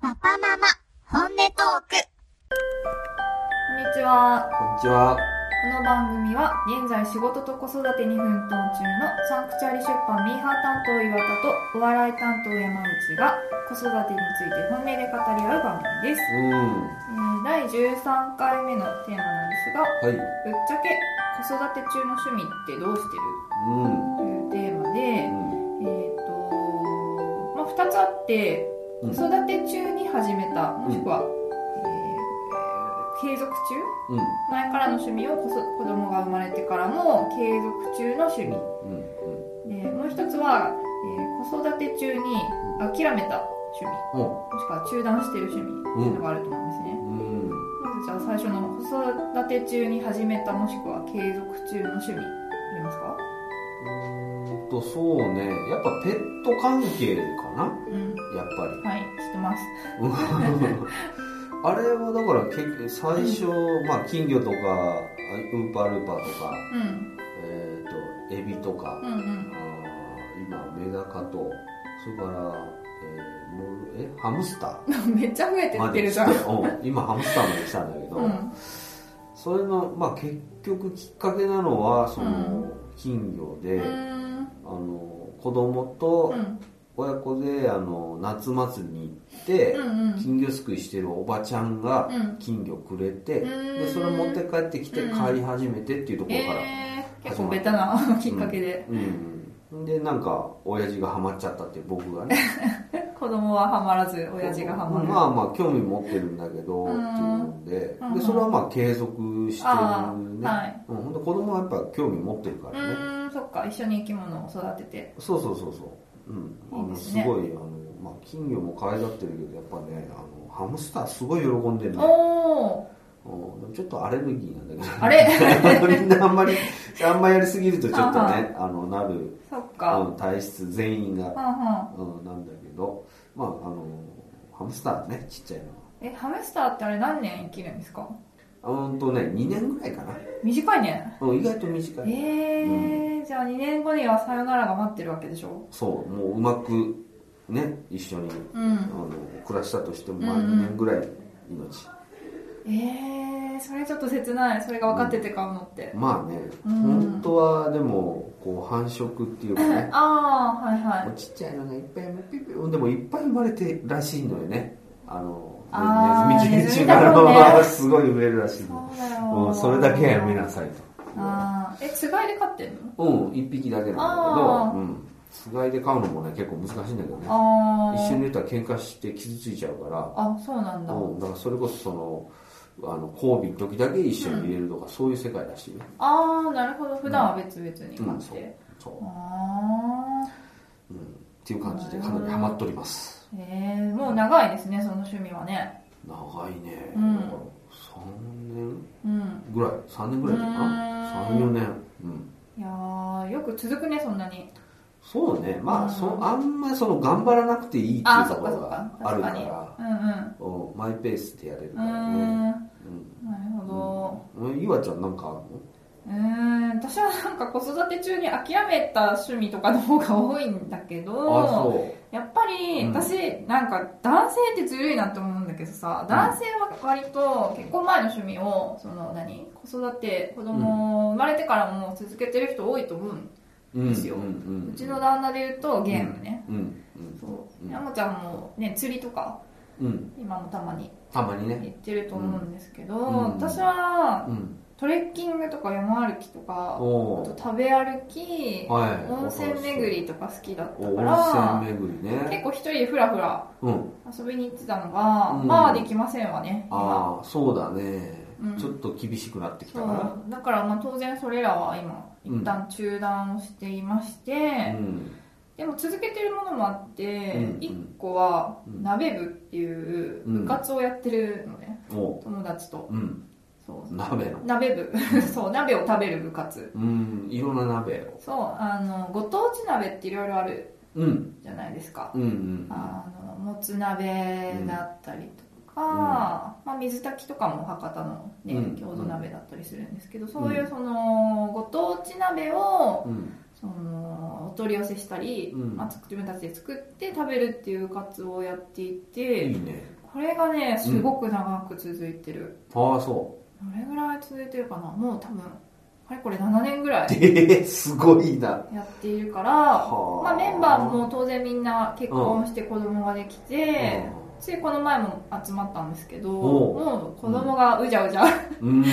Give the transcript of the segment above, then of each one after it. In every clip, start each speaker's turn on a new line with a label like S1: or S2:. S1: パママ、本音トーク。
S2: こんにちは。
S3: こんにちは。
S2: この番組は、現在仕事と子育てに奮闘中のサンクチュアリ出版ミーハー担当岩田とお笑い担当山内が子育てについて本音で語り合う番組です。
S3: うん。
S2: うん第13回目のテーマなんですが、
S3: はい。
S2: ぶっちゃけ子育て中の趣味ってどうしてる
S3: うん。
S2: というテーマで、えっ、
S3: うん。
S2: と、まあ、2つあって、
S3: うん。
S2: 子育て中に始めた、もしくは、えーえー継続中
S3: うん。
S2: 前からの趣味を子そ子供が生まれてからも継続中の趣味
S3: うん。うん。
S2: でもう一つは、えー子育て中に諦めた趣味
S3: も
S2: もしくは中断してる趣味っていうのがあると思うんですね
S3: う。、うん。
S2: まずじゃあ最初の子育て中に始めたもしくは継続中の趣味ありますか
S3: うーんと、そうね。やっぱペット関係かな
S2: うん
S3: やっぱり。
S2: はい知ってます
S3: うんあれはだから結局最初、まあ金魚とか、ウーパールーパーとか、
S2: うん
S3: えっ、と、エビとか、
S2: うんうん
S3: あー今メダカと、それから、えーもうえハムスター
S2: めっちゃ増えてってるじゃん
S3: まで来てうん今ハムスターまで来たんだけど、
S2: うん
S3: それの、まあ、結局きっかけなのはその金魚で、
S2: うーん
S3: あの子供と
S2: うん
S3: 親子であの夏祭りに行って、
S2: うんうん
S3: 金魚すくいしてるおばちゃんが
S2: うん
S3: 金魚くれて、
S2: うん
S3: でそれを持って帰ってきて
S2: うん
S3: 帰り始めてっていうところから、
S2: えー、結構ベタな きっかけで、
S3: うん、でなんか親父がハマっちゃったっていう僕がね
S2: 子供はハマらず 親父がハマる、
S3: まあまあ興味持ってるんだけど、
S2: うん
S3: っていうので
S2: うんうん
S3: でそれはまあ継続して
S2: あ
S3: るね
S2: あはい
S3: うん、ほんと子供はやっぱ興味持ってるか
S2: う
S3: らね、
S2: ーんそっか一緒に生き物を育てて
S3: そうそうそうそううんあ
S2: いい
S3: の
S2: です
S3: す
S2: ね
S3: ごいあの、まあ、金魚も可愛がってるけどやっぱねあのハムスターすごい喜んでるね
S2: おお
S3: うんちょっとアレルギーなんだけど
S2: あれ
S3: み んなあんまりあんまやりすぎるとちょっとねあのなる、
S2: そっか、
S3: うん、体質全員が、
S2: はんは
S3: うん、なんだけどまああのハムスターねちっちゃいのは
S2: んえハムスターってあれ何年生きるんですか
S3: あほんとね2年ぐらいかな、
S2: 短いね
S3: うん、意外と短い
S2: えーじゃあ2年後にはさよならが待ってるわけでしょ
S3: そうもううまくね一緒に
S2: う
S3: あ
S2: ん
S3: の暮らしたとしてもま
S2: う
S3: あ
S2: んうん
S3: 2年ぐらい命、
S2: えー、それちょっと切ないそれが分かってて買うのって、
S3: まあね、
S2: うん
S3: 本当はでもこう繁殖っていうかね
S2: ああはいは
S3: もう
S2: い
S3: ちっちゃいのがいっぱいピピピでもいっぱい生まれてらしいのよねあの
S2: あー
S3: ねネズミ
S2: ネズ
S3: チ
S2: ミ
S3: ン
S2: だ
S3: が
S2: ろうね
S3: すごい増えるらしいの
S2: そうだよ
S3: うんそれだけはやめなさいと
S2: ああえつがいで飼ってんの
S3: うん一匹だけなんだけどうんつがいで飼うのもね結構難しいんだけどね
S2: ああ
S3: 一緒にいたら喧嘩して傷ついちゃうから
S2: あそうなんだ、
S3: うん、だからそれこそそのあの交尾の時だけ一緒に入れるとか、そういう世界らしいよ
S2: ああなるほど普段は別々に
S3: う
S2: 買
S3: ん
S2: って、
S3: そう、
S2: ああ
S3: うん、っていう感じでかなりハマっております
S2: えー、もう長いですねその趣味はね
S3: 長いね、
S2: うん
S3: だから3年
S2: うん
S3: ぐらい3年ぐらいかな
S2: うーん
S3: 34年うん
S2: いやーよく続くねそんなに
S3: そうねまあ、
S2: うん
S3: そあんまりその頑張らなくていいってい
S2: あ
S3: う
S2: ーそ
S3: と
S2: っ
S3: こ
S2: かそ
S3: ろ
S2: っか
S3: があ
S2: 確
S3: るか
S2: かに
S3: ら
S2: うんうん
S3: うんマイペースでやれる
S2: う
S3: か
S2: ーん
S3: らねうん
S2: なるほ
S3: うん、ゆわちゃんなんかあるの
S2: どうーん私はなんか子育て中に諦めた趣味とかの方が多いんだけ
S3: あ
S2: ど
S3: そ
S2: やっぱり
S3: うん
S2: 私、なんか男性ってずるいなって思うんだけどさ男性は割と結婚前の趣味をその何子育て子供生まれてからも続けてる人多いと思うの
S3: ううん
S2: ですよ
S3: うんうん
S2: うちの旦那で言うとゲームね、
S3: うんうん
S2: そう
S3: うん
S2: 山ちゃんもね釣りとか
S3: うん
S2: 今もたまに
S3: たまに
S2: 行
S3: ね
S2: ってると思うんですけど、
S3: うん
S2: 私は
S3: うん
S2: トレッキングとか山歩きと
S3: お
S2: かあと
S3: お
S2: 食べ歩き、
S3: はい
S2: 温泉巡りとか好きだったか
S3: 温
S2: ら
S3: 泉巡りね
S2: 結構一人でふらふら
S3: うん
S2: 遊びに行ってたのが、
S3: うん
S2: まあできませんわね今
S3: ああそうだね、
S2: うん
S3: ちょっと厳しくなってきた
S2: そ
S3: か
S2: うだからまあ当然それらは今一旦中断をしていまして、
S3: らうん
S2: でも続けてるものもあって、
S3: うんうん
S2: 一個は
S3: うん
S2: 鍋部っていう
S3: うん
S2: 部活をやってるのね、
S3: おう
S2: 友達と
S3: うん
S2: そう
S3: 鍋の
S2: 鍋部 そう鍋を食べる部活
S3: うんいろんな鍋を
S2: そうあのご当地鍋っていろいろある
S3: うん
S2: じゃないですか、
S3: うんうん
S2: あのもつ鍋だったりとか、まあ、水炊きとかも博多の、ね
S3: うん
S2: 郷土鍋だったりするんですけど、そういうそのご当地鍋を
S3: うん
S2: そのお取り寄せしたり、
S3: うん
S2: まあ、作自分たちで作って食べるっていう活動をやってい
S3: い
S2: て、
S3: いね
S2: これがねすごく長く続いてる、
S3: ああ、そ
S2: どれぐらい続いてるかなもう多分あれこれ7年ぐら
S3: う。
S2: い
S3: ええすごいな。
S2: やっているから、
S3: は
S2: まあ、メンバーも当然みんな結婚して子供ができて、ついこの前も集まったんですけど
S3: おう
S2: もう子供がうじゃうじゃ
S3: うん。
S2: い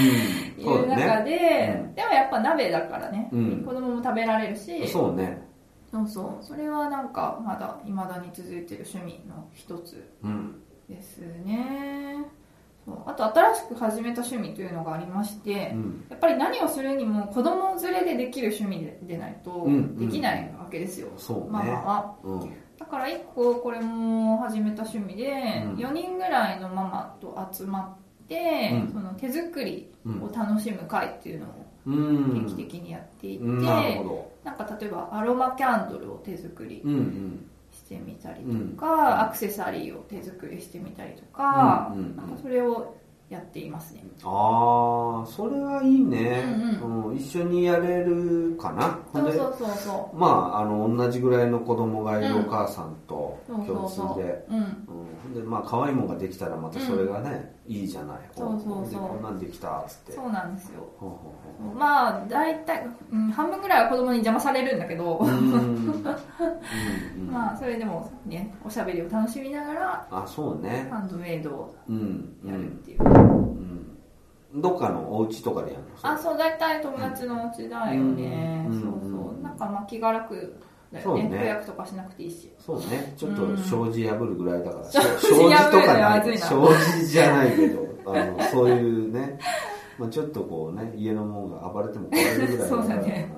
S3: そううだ
S2: 中
S3: ね。
S2: で、
S3: う
S2: でもやっぱ鍋だからね、
S3: うん
S2: 子供も食べられるしそう
S3: そうね。
S2: そうそれはなんかまだいまだに続いてる趣味の一つ
S3: うん。
S2: ですねそうあと新しく始めた趣味というのがありまして、
S3: うん。
S2: やっぱり何をするにも子供連れでできる趣味ででないと
S3: うん
S2: できないわけですよ、
S3: そうね。
S2: ママは
S3: うん。
S2: だから1個これも始めた趣味で、
S3: うん
S2: 4人ぐらいのママと集まって、
S3: うん
S2: その手作り
S3: うん
S2: を楽しむ会っていうのを
S3: うん。
S2: 定期的にやっていて、
S3: うんなるほど。
S2: なんか例えばアロマキャンドルを手作り
S3: うんうん。
S2: してみたり
S3: う
S2: と
S3: ん。
S2: か、アクセサリーを手作りしてみたりとか、
S3: うんうん
S2: なんかそれをやっていますね、
S3: ああ、それはいいね。
S2: う
S3: うん一緒にやれるかな。
S2: そう
S3: で
S2: そうそうそ
S3: まあ、あの、同じぐらいの子供がいるお母さんと
S2: うん
S3: 共通
S2: そうそうそ
S3: で。
S2: ううん
S3: うん、でまあ可愛いもんができたらまたそれがね、いいじゃない
S2: そうそうそう
S3: おこんなんできたっつって
S2: そうなんですよ
S3: ほうほうほ
S2: まあ大体、うん、半分ぐらいは子供に邪魔されるんだけど、
S3: ううんうんう ん
S2: まあそれでもねおしゃべりを楽しみながら
S3: あそうね
S2: ハンドメイドを
S3: うんう
S2: やるっ
S3: ん
S2: ていう、
S3: うんどっかのお家とかでやるの
S2: あそう大体友達のお家だよね、
S3: うん
S2: そう
S3: うん
S2: そううんなんかまあ気が楽だ
S3: そ
S2: よ
S3: う
S2: ね
S3: ね
S2: 予約とかしなくていいし
S3: そうねちょっ
S2: う
S3: と
S2: ん
S3: 障子破るぐらいだから、
S2: 障
S3: 障
S2: 子
S3: 子とか
S2: 破る
S3: な
S2: のはいまずいな
S3: 障子じゃないけどあのそういうねまあ、ちょっとこうね家のもんが暴れても壊れるぐらいだから
S2: そうだね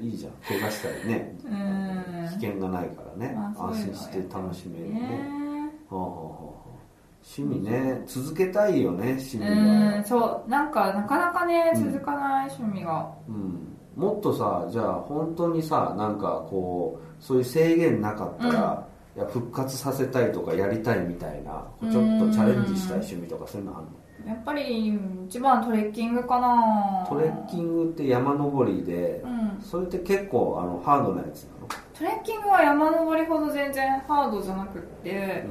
S3: うん、いいじゃん怪我したりね
S2: うん
S3: 危険がないからね、
S2: まあ
S3: 安
S2: そういう
S3: 心
S2: のは
S3: して楽しめるね
S2: ね
S3: はあはあはあ趣味ね続けたいよね趣味
S2: うん
S3: は
S2: そうなんかなかなかね
S3: うん
S2: 続かない趣味が、
S3: うんもっとさじゃあ本当にさなんかこうそういう制限なかったら、いや復活させたいとかやりたいみたいなちょっとチャレンジしたい趣味とかそういうのあるの
S2: やっぱり一番トレッキングかな
S3: トレッキングって山登りで
S2: うん、
S3: それって結構あのハードなやつなの
S2: トレッキングは山登りほど全然ハードじゃなくって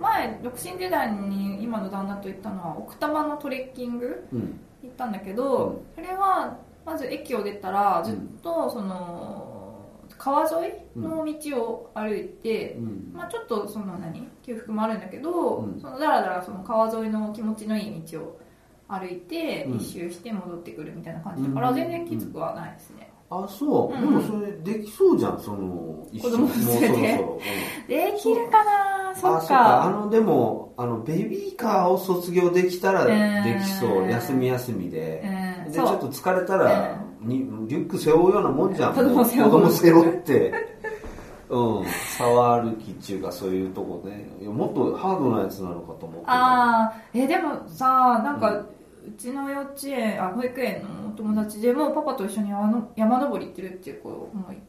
S2: 前独身時代に今の旦那と行ったのは奥多摩のトレッキング
S3: うん、うん、
S2: 行ったんだけど、
S3: うん
S2: それはまず駅を出たらずっとその川沿いの道を歩いて、
S3: うん
S2: まあ、ちょっとその何休復もあるんだけど、
S3: うん
S2: そのだらだらその川沿いの気持ちのいい道を歩いて
S3: うん
S2: 一周して戻ってくるみたいな感じだから、
S3: うん
S2: 全然きつくはないですね、
S3: あそう、
S2: うん
S3: でもそれできそうじゃんその一緒
S2: 子供連れて
S3: もうそろそろ、うん
S2: できるかな そ
S3: あ
S2: っ
S3: そっかあ
S2: か
S3: のでもあのベビーカーを卒業できたら
S2: うん
S3: できそう、休み休みで、
S2: うん
S3: でち
S2: そ
S3: ょっ
S2: う
S3: と疲れたら、にリュック背負うようなもんじゃん
S2: 子供背負う
S3: 子供背負って うん沢歩きっていうかそういうとこねいやもっとハードなやつなのかと思ってた
S2: ああえでもさなんか、
S3: う
S2: うちの幼稚園あ保育園のお友達でもうパパと一緒に山の山登り行ってるっていう子も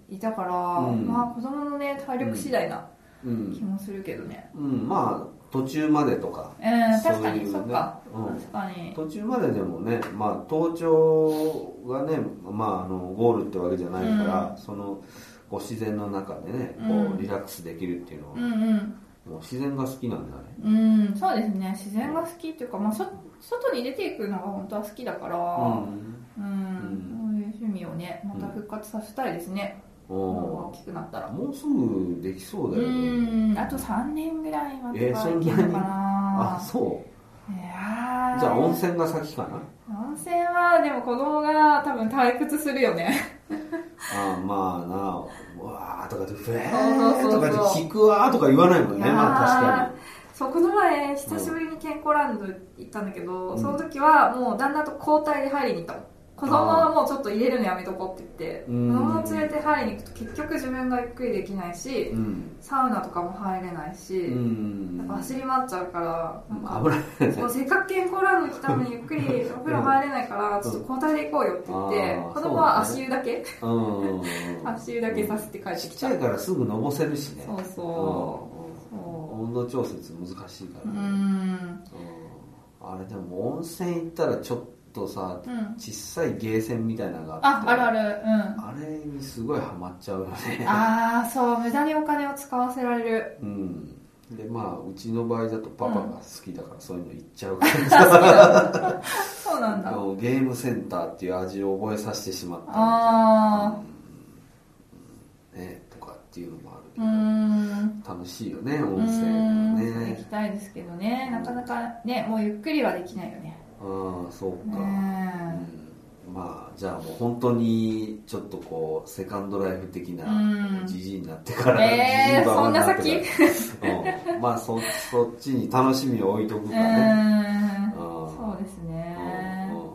S2: いたから、
S3: うん
S2: まあ子供のね体力次第な
S3: う
S2: 気
S3: ん、
S2: もするけどね、
S3: うん、まあ途中までとか
S2: えー確かに
S3: そうい
S2: そっ
S3: うね
S2: か、
S3: うん
S2: 確かに
S3: 途中まででもね、まあ、登頂がね、まあ、あのゴールってわけじゃないから、そのこう自然の中でね
S2: う
S3: こ
S2: ん
S3: うリラックスできるっていうのは、
S2: うんうん
S3: もう自然が好きなんだね
S2: うん、そうですね自然が好きっていうか、まあ、そ外に出ていくのが本当は好きだから、
S3: うん
S2: うんそういう趣味をねまた復活させたいですね、子供が
S3: お
S2: 大きくなった
S3: ー
S2: ら
S3: もうすぐできそうだ
S2: う
S3: よね
S2: んあと3年ぐらいまで
S3: えー
S2: は
S3: そん
S2: い
S3: なに
S2: けるかな,、
S3: あそう
S2: いやー
S3: じゃあ温泉が先かな
S2: 温泉はでも子供が多分退屈するよ ね
S3: あーまあなうわーとかで「ふえ
S2: そう
S3: ー」
S2: そうそ
S3: と
S2: う
S3: かで「聞くわ」とか言わないもん
S2: い
S3: ね
S2: やー
S3: まあ確か
S2: そうこの前久しぶりに健康ランド行ったんだけど、
S3: うん
S2: その時はもう旦那と交代で入りに行ったの子供はもうちょっと入れるのやめとこうって言って子
S3: うん
S2: 供を連れて入りに行くと結局自分がゆっくりできないし
S3: にうん
S2: サウナとかも入れないし、
S3: うん
S2: やっぱ走り回っちゃうからなんか
S3: 危ない
S2: そうせっかく健康ランド来たのにゆっくりお風呂入れないからちょっと交代で行こうよって言って、
S3: うんあー
S2: 子供は足湯だけ
S3: うん
S2: 足湯だけさせて帰って
S3: ちっ
S2: き
S3: ち
S2: た、
S3: ゃいからすぐのぼせるしね
S2: そうそ
S3: うん
S2: うそ
S3: 温度調節難しいか
S2: うう
S3: らね、
S2: ん
S3: うんあれでも温泉行ったらちょっとさ
S2: うん
S3: 小さいゲーセンみたいなのがあっ
S2: あ
S3: て
S2: あるあるうん
S3: あれにすごいハマっちゃうよね
S2: ああそう無駄にお金を使わせられる
S3: うんでまあうちの場合だとパパが好きだからそういうの言っちゃうから、
S2: そうなんだ
S3: あのゲームセンターっていう味を覚えさせてしまった
S2: あ
S3: んでねとかっていうのもある
S2: ーうーん
S3: 楽しいよね
S2: う
S3: 温泉
S2: ーん行き
S3: ね
S2: たいですけどねなかなかねもうゆっくりはできないよね
S3: ああそうか、
S2: ね
S3: うんまあじゃあもう本当にちょっとこうセカンドライフ的
S2: う
S3: なんじじいになってから
S2: えー
S3: ジジイババアになっ
S2: そん
S3: てからうんまあそ そっちに楽しみを置いとく
S2: う
S3: かね
S2: ーん
S3: うん
S2: そうです
S3: う
S2: ね
S3: んうんうん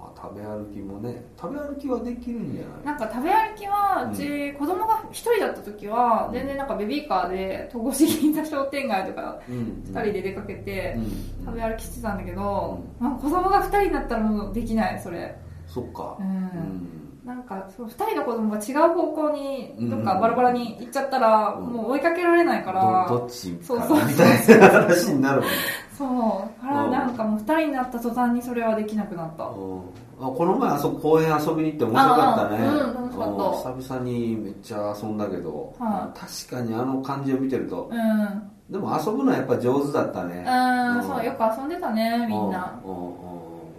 S3: まあ食べ歩きもね食べ歩きはできるんじゃない
S2: なんか食べ歩きは
S3: うん
S2: うち子供が一人だった時は全然なんかベビーカーで戸越銀座商店街とか
S3: うん
S2: 2人で出かけて
S3: うん
S2: 食べ歩きしてたんだけど、まあ、子供が2人になったらもうできないそれ
S3: そっか
S2: う
S3: うんん
S2: なんかそう2人の子供が違う方向に
S3: うん
S2: どっかバラバラに行っちゃったら
S3: うん
S2: もう追いかけられないから
S3: どどっち
S2: そう
S3: か
S2: そう
S3: らみたいな話になるもんね
S2: そうだからなんかもう2人になった途端にそれはできなくなった
S3: うんあこの前あそこ公園遊びに行って面白かったね、
S2: あーうん楽しかった
S3: うん久々にめっちゃ遊んだけど、
S2: は
S3: 確かにあの感じを見てると
S2: うんうん
S3: でも遊ぶのはやっぱ上手だったねうん
S2: そうよく遊んでたねみんな
S3: うんうんうん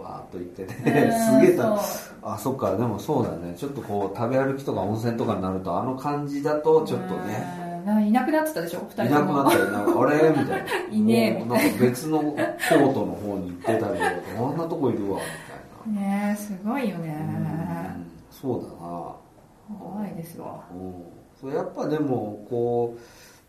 S3: わーっと行ってね
S2: うん
S3: すげえた
S2: そう
S3: あそっかでもそうだねちょっとこう食べ歩きとか温泉とかになるとあの感じだとちょっと
S2: う
S3: ね
S2: んなんかいなくなってたでしょ
S3: い
S2: 2
S3: な
S2: 人
S3: く
S2: と
S3: な
S2: も
S3: ったりなんかあれみたい ない
S2: ねえ
S3: もうなんか別の京都の方に行ってたりとかあんなとこいるわみたいな
S2: ねえすごいよね
S3: うんそうだな
S2: 怖いですわ
S3: うんそうやっぱでもこ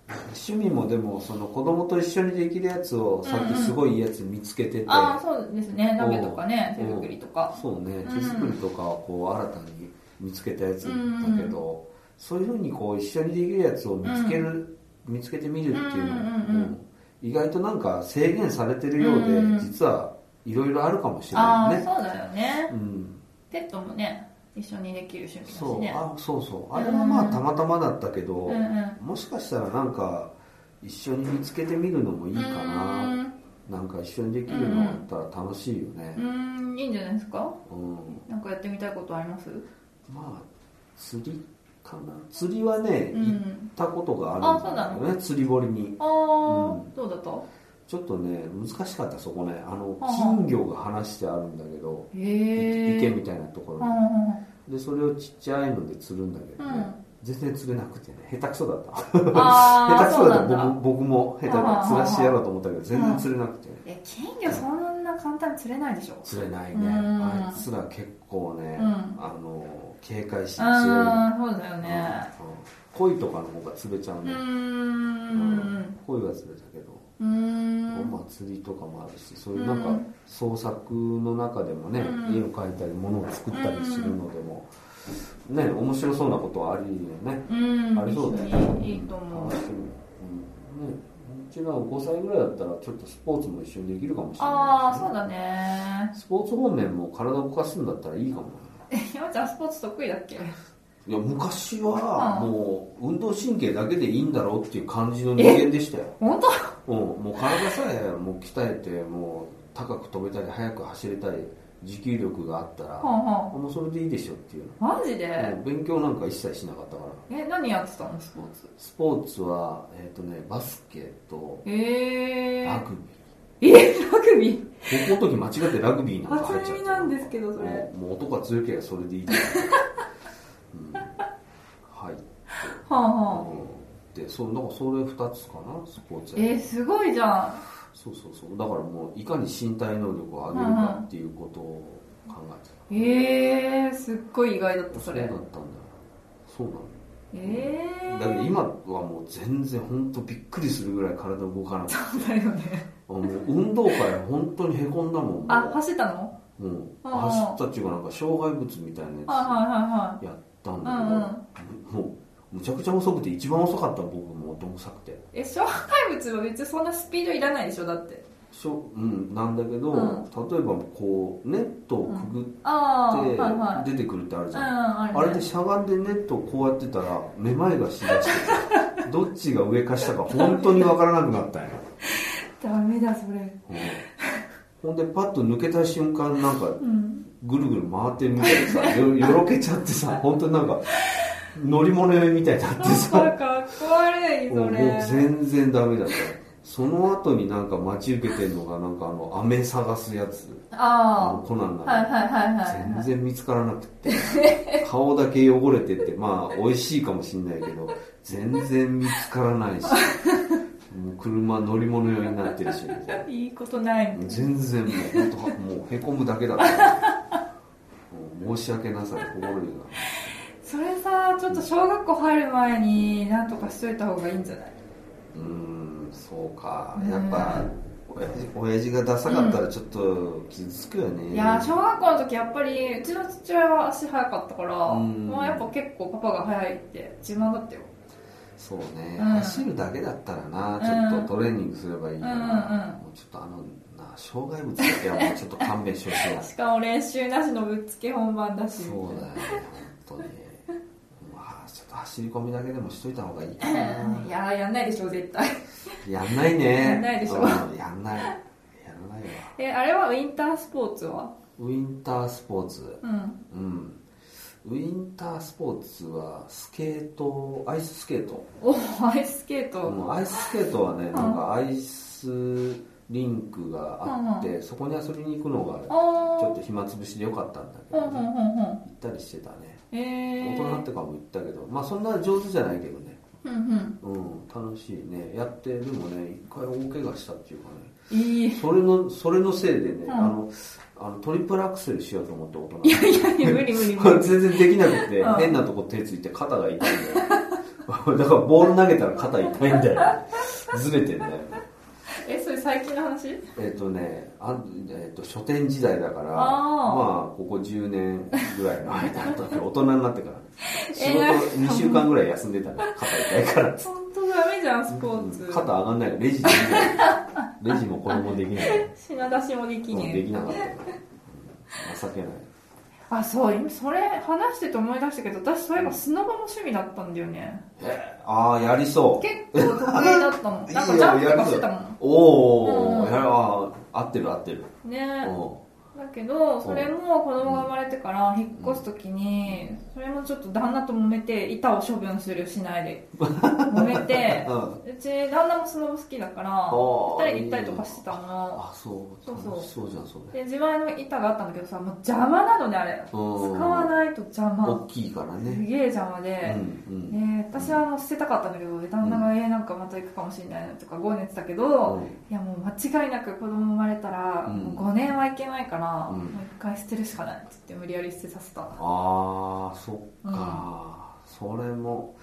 S3: う趣味もでもその子供と一緒にできるやつをさっきすごいいいやつ見つけてて、
S2: ああそうですね鍋とかね
S3: う
S2: 手
S3: ん
S2: 作りとか
S3: そうね
S2: うん
S3: 手作りとかはこう新たに見つけたやつだけど、そういうふうにこう一緒にできるやつを見つける、見つけてみるってい
S2: うんうん
S3: うのも、
S2: うん
S3: 意外となんか制限されてるようで、
S2: うん
S3: 実はいろいろあるかもしれ
S2: あ
S3: な
S2: あ
S3: いね。
S2: そうだよね
S3: うん
S2: ペットもね一緒にできる趣味だし
S3: そう
S2: ね
S3: あそうそうあれはまあたまたまだったけど、
S2: うんうん
S3: もしかしたらなんか一緒に見つけてみるのもいいかな、なんか一緒にできるのだったら楽しいよね
S2: う、んうんいいんじゃないですか
S3: うん
S2: なんかやってみたいことあります
S3: まあ釣りかな釣りはね、
S2: うん
S3: 行ったことがあるんだよね釣り堀に
S2: ああ、
S3: う
S2: どうだった
S3: ちょっとね難しかったそこねあの
S2: はあ
S3: 金魚が放してあるんだけど、
S2: へ
S3: い
S2: え
S3: 池みたいなとこ
S2: う
S3: ろ
S2: んうんうん
S3: にでそれをちっちゃいので釣るんだけどね、
S2: うん
S3: 全然釣れなくてね下手くそだった
S2: あ
S3: 下手
S2: あ
S3: く
S2: そ
S3: そうだ
S2: な
S3: と
S2: んだ
S3: 僕僕も下手だ釣らしてやろうと思ったけど全然釣れなくて
S2: え金魚そんな簡単に釣れないでしょ
S3: 釣れないね
S2: うん
S3: あいつら結構ね
S2: うん
S3: あの警戒心強い
S2: ああそうだよね
S3: うん鯉とかの方が釣れちゃう
S2: うー
S3: ね
S2: ん
S3: 鯉は釣れたけど
S2: うーん
S3: まあ釣りとかもあるしそういうなんか
S2: うん
S3: 創作の中でもね
S2: うん
S3: 絵を描いたり物を作ったりするのでもね面白そうなことはありえよね
S2: うん
S3: ありそうだよね
S2: いいと思う
S3: 楽しみうんねうちら5歳ぐらいだったらちょっとスポーツも一緒にできるかもしれない
S2: ああ
S3: しね
S2: そうだね
S3: スポーツ方面も体を動かすんだったらいいかもね
S2: え山ちゃんスポーツ得意だっけ
S3: いや昔は
S2: うん
S3: もう運動神経だけでいいんだろうっていう感じの人間でしたよ、
S2: 本当
S3: うん、もう体さえもう鍛えてもう高く飛べたり速く走れたり持久力があったら、
S2: はんは
S3: もうそれでいいでしょっていうの
S2: んマジで
S3: もう勉強なんか一切しなかったから
S2: え何やってたのスポーツ
S3: スポーツはえっ、とねバスケと
S2: え
S3: ラ
S2: ー、
S3: グビー
S2: えラグビー
S3: 高校の時間違ってラグビーなんか
S2: 初
S3: 入っちゃっ
S2: 耳
S3: た
S2: なんですけどそれ
S3: もうもう男が強ければそれでいいじゃん、うん、はい
S2: はんはん
S3: でそうだからそれ2つかなスポーツや
S2: えー、すごいじゃん
S3: そうそうそうだからもういかに身体能力を上げるかっていうことを考えてた、
S2: えー、すっごい意外だったそ
S3: そうだっ
S2: れ
S3: たんだよそうなの
S2: えー、
S3: だけど今はもう全然本当びっくりするぐらい体動かなくて
S2: そう だよね
S3: もう運動会本当にへこんだもんもう
S2: あ走ったの
S3: もう
S2: ああ
S3: 走ったっていうかなんか障害物みたいな
S2: はい
S3: や
S2: はいはいは
S3: つやったんだけど、もうむちゃくちゃ遅くて一番遅かった僕もどんくさくて
S2: いえ障害物は別にそんなスピードいらないでしょだって
S3: しょうん、なんだけど、
S2: うん
S3: 例えばこうネットをくぐっ
S2: ああはいは
S3: っ
S2: い
S3: て出てくるってある
S2: う
S3: じ
S2: ん
S3: ゃん、
S2: あるね
S3: あれでしゃがんでネットをこうやってたらめまいがしだしてどっちが上か下か本当にわからなくなったんや、
S2: ダメだそれ
S3: うんほんでパッと抜けた瞬間なんか
S2: うん
S3: ぐるぐる回ってるみたいでさよよろけちゃってさ本当になんか乗り物酔いみたいになって
S2: なん
S3: さ
S2: かかっこ悪いいそ
S3: もう
S2: れ
S3: 全然ダメだったその後になんか待ち受けてるのがなんかあの飴探すやつあの
S2: あ
S3: コナン
S2: あ
S3: が、
S2: はいはいはいはい
S3: 全然見つからなくて顔だけ汚れててまあ美味しいかもしんないけど全然見つからないしもう車乗り物用になってるし
S2: いいことない
S3: 全然もうほんともうへこむだけだったもう申し訳なさに心にが
S2: それさちょっと小学校入る前になんとかしといた方がいいんじゃないう
S3: ーんそうか
S2: うん
S3: やっぱ親父親父がダサかったらちょっと傷つくよね、
S2: いやー小学校の時やっぱりうちの父親は足早かったから
S3: うん
S2: まあやっぱ結構パパが早いって自慢だったよ
S3: そうね、
S2: うん
S3: 走るだけだったらなちょっとトレーニングすればいいか
S2: うんうん
S3: な、もうちょっとあのな障害物だけはもうちょっ と勘弁してほしいな
S2: しかも練習なしのぶっつけ本番だし
S3: そうだよね本当にまあちょっと走り込みだけでもしといた方がいいかない
S2: やーやんないでしょ絶対
S3: やんないね
S2: やんないでしょ
S3: うんやんないやらないわ
S2: えあれはウィンタースポーツは
S3: ウィンタースポーツ
S2: うん
S3: うんウィンタースポーツはスケートアイススケート
S2: おアイススケート、
S3: うんアイススケートはね、なんかアイスリンクがあって、
S2: うん
S3: そこに遊びに行くのがち
S2: あ
S3: ょっ
S2: あ
S3: と暇つぶしでよかったんだけ
S2: ほん
S3: ど、
S2: ほん
S3: 行
S2: ほんほん
S3: ったりしてたね
S2: え
S3: 大
S2: ー、
S3: 人ってかも行ったけどまあそんな上手じゃないけどね
S2: うんうん
S3: うん楽しいねやってでもね一回大怪我したっていうかね
S2: いい
S3: それのそれのせいでね、
S2: うん
S3: あのあのトリプルアクセルしようと思って大人
S2: いやいやいや無理無理無理
S3: 全然できなくて、
S2: うん
S3: 変なとこ手ついて肩が痛いん だよだからボール投げたら肩痛いんだよずれてんだよ
S2: えそれ最近の話
S3: えっ、とねあ、えっと書店時代だからま
S2: あー
S3: あここ10年ぐらいの間 だった大人になってから仕事
S2: 偉い
S3: 2週間ぐらい休んでたの肩痛いから
S2: 本当ダメじゃんスポーツ、
S3: うん肩上がんないレジできないレジもこれもできない
S2: 品出しもでき
S3: もうで
S2: ね
S3: きなかったから、うん情けない
S2: あそう今それ話してて思い出したけど私そういえばスノボも趣味だったんだよね
S3: ああやりそう
S2: 結構得意だった もんなんかジャンプとかしてたもん
S3: お
S2: う
S3: お、
S2: ん
S3: やるあー合ってる合ってる、
S2: ね
S3: うん
S2: だけどそれも子供が生まれてから引っ越す時にそれもちょっと旦那と揉めて板を処分するしないで 揉めて
S3: うん
S2: うち旦那もスノボ好きだから
S3: おー
S2: 二人で行ったりとかしてたの
S3: あそう
S2: そうそう
S3: 楽しそうじゃんそれ
S2: で自前の板があったんだけどさもう邪魔なのねあれ
S3: 使
S2: 使わないと邪魔
S3: 大きいから
S2: す
S3: ね
S2: げえ邪魔
S3: うん
S2: で、
S3: う
S2: ね
S3: ん
S2: え私はもう捨てたかったんだけど旦那が「えーなんかまた行くかもしれないな」とか5年ってたけど、
S3: うん
S2: いやもう間違いなく子供生まれたら、
S3: うん
S2: もう5年はいけないから、
S3: うん
S2: もう1回捨てるしかないって言って無理やり捨てさせた
S3: ああそっか、それも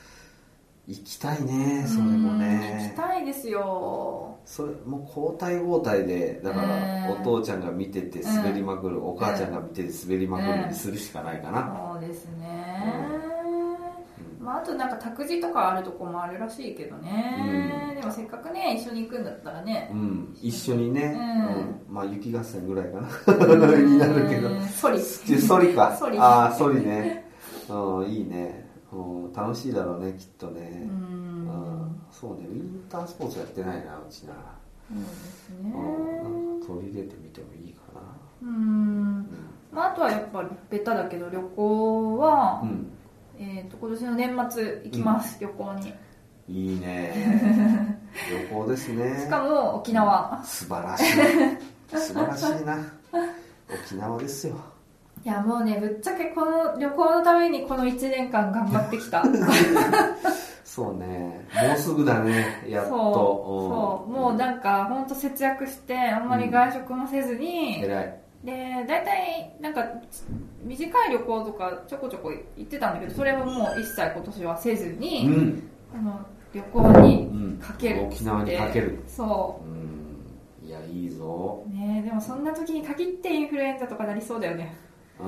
S3: 行きたいねそれも
S2: うん行
S3: ね
S2: きたいですよ
S3: それもう交代交代でだから
S2: うん
S3: お父ちゃんが見てて滑りまくる、お母ちゃんが見てて滑りまくるにするしかないかな、
S2: そうですね、
S3: うん
S2: まあ、あとなんか託児とかあるとこもあるらしいけどね、
S3: う
S2: でもせっかくね一緒に行くんだったらね
S3: うん、一緒にね、
S2: うん
S3: うんまあ雪合戦ぐらいかな になるけど
S2: うんソリ
S3: ちゅソリか
S2: ソリ
S3: ああソリ ね、うん、いいね、うん、楽しいだろうねきっと
S2: う
S3: ね、うん
S2: ん
S3: そうねウィンタースポーツやってないなうちな、
S2: そうです
S3: う
S2: ね
S3: ん、なんか取り入れてみてもいいかな
S2: うん、まあ、あとはやっぱりベタだけど旅行は、
S3: うん、うん
S2: えー、と今年の年末行きます、旅行に
S3: いいね 旅行ですね
S2: しかも沖縄、
S3: 素晴らしい素晴らしいな沖縄ですよ
S2: いやもうねぶっちゃけこの旅行のためにこの1年間頑張ってきた
S3: そうねもうすぐだね やっと
S2: そうそうもうなんか本当節約してあんまり外食もせず
S3: うん
S2: に、
S3: 偉い
S2: で大体なんか短い旅行とかちょこちょこ行ってたんだけどそれはもう一切今年はせず
S3: う
S2: に、
S3: ん、
S2: あの旅行
S3: う
S2: に
S3: ん、
S2: かけるっつって
S3: 沖縄にかける
S2: そ
S3: うんいやいいぞ
S2: うねでもそんな時に限ってインフルエンザとかなりそうだよね
S3: う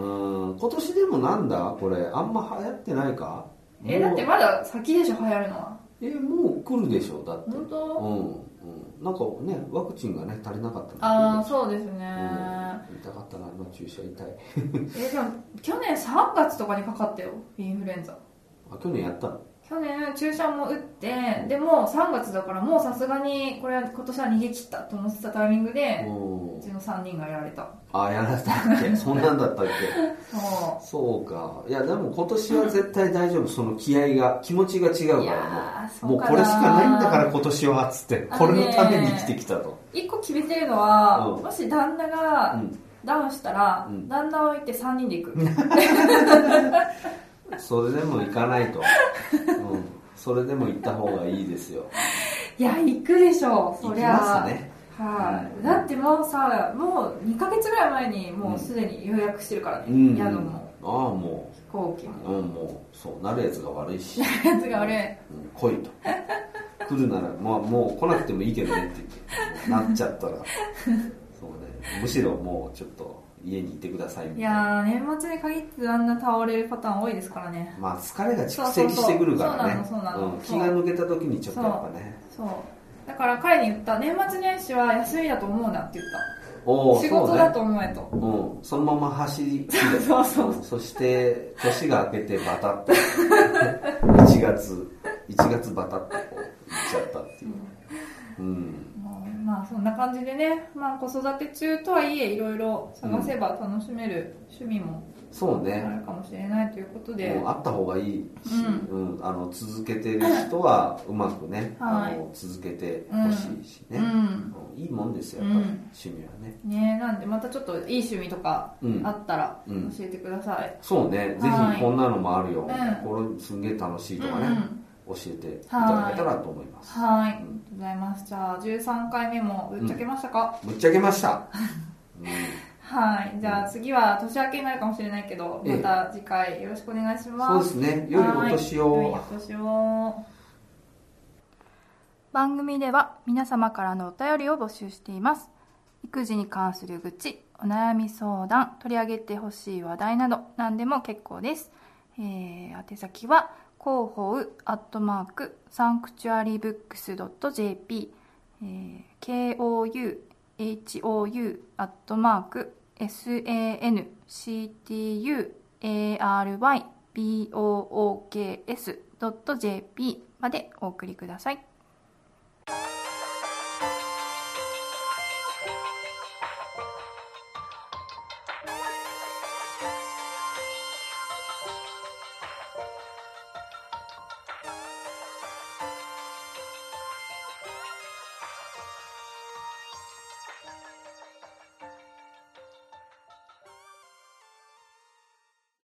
S3: ん今年でもなんだこれあんま流行ってないか
S2: え
S3: も
S2: だ
S3: う
S2: ってまだ先でしょ流行るのは
S3: えもう来るでしょだって
S2: 本当
S3: うん、うん、なんかねワクチンがね足りなかったの
S2: ああそうですね、
S3: うん、痛かったなあの注射痛い
S2: えでも去年3月とかにかかったよインフルエンザ
S3: あ去年やったの
S2: 去去年注射も打ってでもう3月だからもうさすがにこれは今年は逃げ切ったと思ってたタイミングでう
S3: う
S2: ち
S3: ん
S2: の3人がやられた
S3: あやられたっ けそんなんだったっけ
S2: そ
S3: そうかいやでも今年は絶対大丈夫その気合が気持ちが違
S2: う
S3: う
S2: いや
S3: から
S2: ー
S3: もうもうこれしかないんだから今年はっつって
S2: あ
S3: こ
S2: のね
S3: れのために生きてきたと、
S2: 1個決めてるのは、
S3: うん
S2: もし旦那
S3: う
S2: が
S3: ん
S2: ダウンしたら、
S3: うん
S2: 旦那を置いて3人で行く、
S3: それでも行かないと、うん、それでも行った方がいいですよ
S2: いや行くでしょう
S3: 行
S2: そ
S3: き
S2: りゃ
S3: ますね
S2: はい、
S3: うん
S2: だってもうさもう2ヶ月ぐらい前にもうすでに予約してるからね、
S3: うん
S2: 宿
S3: ああ
S2: も
S3: も
S2: 飛行機も
S3: ううんもうそうなるやつが悪いし、
S2: やつが俺
S3: うん、来いと来るなら、まあ、もう来なくてもいいけどねって言ってなっちゃったらそうねむしろもうちょっと家にいてくださいみた
S2: い
S3: いな
S2: やー年末に限ってあんな倒れるパターン多いですからね
S3: まあ疲れが蓄積してくるからね
S2: そうそうそうそうなのそうなの
S3: うん気が抜けた時にちょっとやっぱね
S2: そうだから彼に言った年末年始は休みだと思うなって言っ
S3: お
S2: た
S3: ー
S2: 仕事だと思えと、
S3: そうね、うん、そのまま走り
S2: そうそう
S3: そして年が明けてバタッと1月1月バタッとこう行っちゃったっていううん
S2: もうまあそんな感じでね、まあ、子育て中とはいえいろいろ探せば楽しめる趣味も
S3: そう
S2: あ
S3: ね
S2: るかもしれないということで、
S3: もうあった方がいいし、
S2: う
S3: うんあの続けてる 人はうまくね、
S2: はい
S3: あの続けてほしいしね、
S2: うん
S3: うんいいもんですよやっぱり、
S2: うん
S3: 趣味はね
S2: ねなんでまたちょっといい趣味とか
S3: うん
S2: あったら教
S3: うん
S2: えてください、
S3: そうね、ぜ
S2: はい
S3: ひこんなのもあるよ、
S2: うん
S3: これすんげえ楽しいとかね、
S2: うんうん
S3: 教えていただけたらと思います。
S2: はいありが
S3: うん
S2: とうございますじゃあ13回目もぶっちゃけましたか、
S3: ぶっちゃけま した。うん
S2: はいじゃあ次は年明けになるかもしれないけどまた次回よろしくお願いし
S3: そう
S2: ま
S3: ですすね、良いお年を。
S2: はい良いお年を番組では皆様からのお便りを募集しています育児に関する愚痴お悩み相談取り上げてほしい話題など何でも結構です、えー宛先は広報アットマークサンクチュアリーブックス .jp、えー kouhou アットマーク sanctuarybooks.jp までお送りください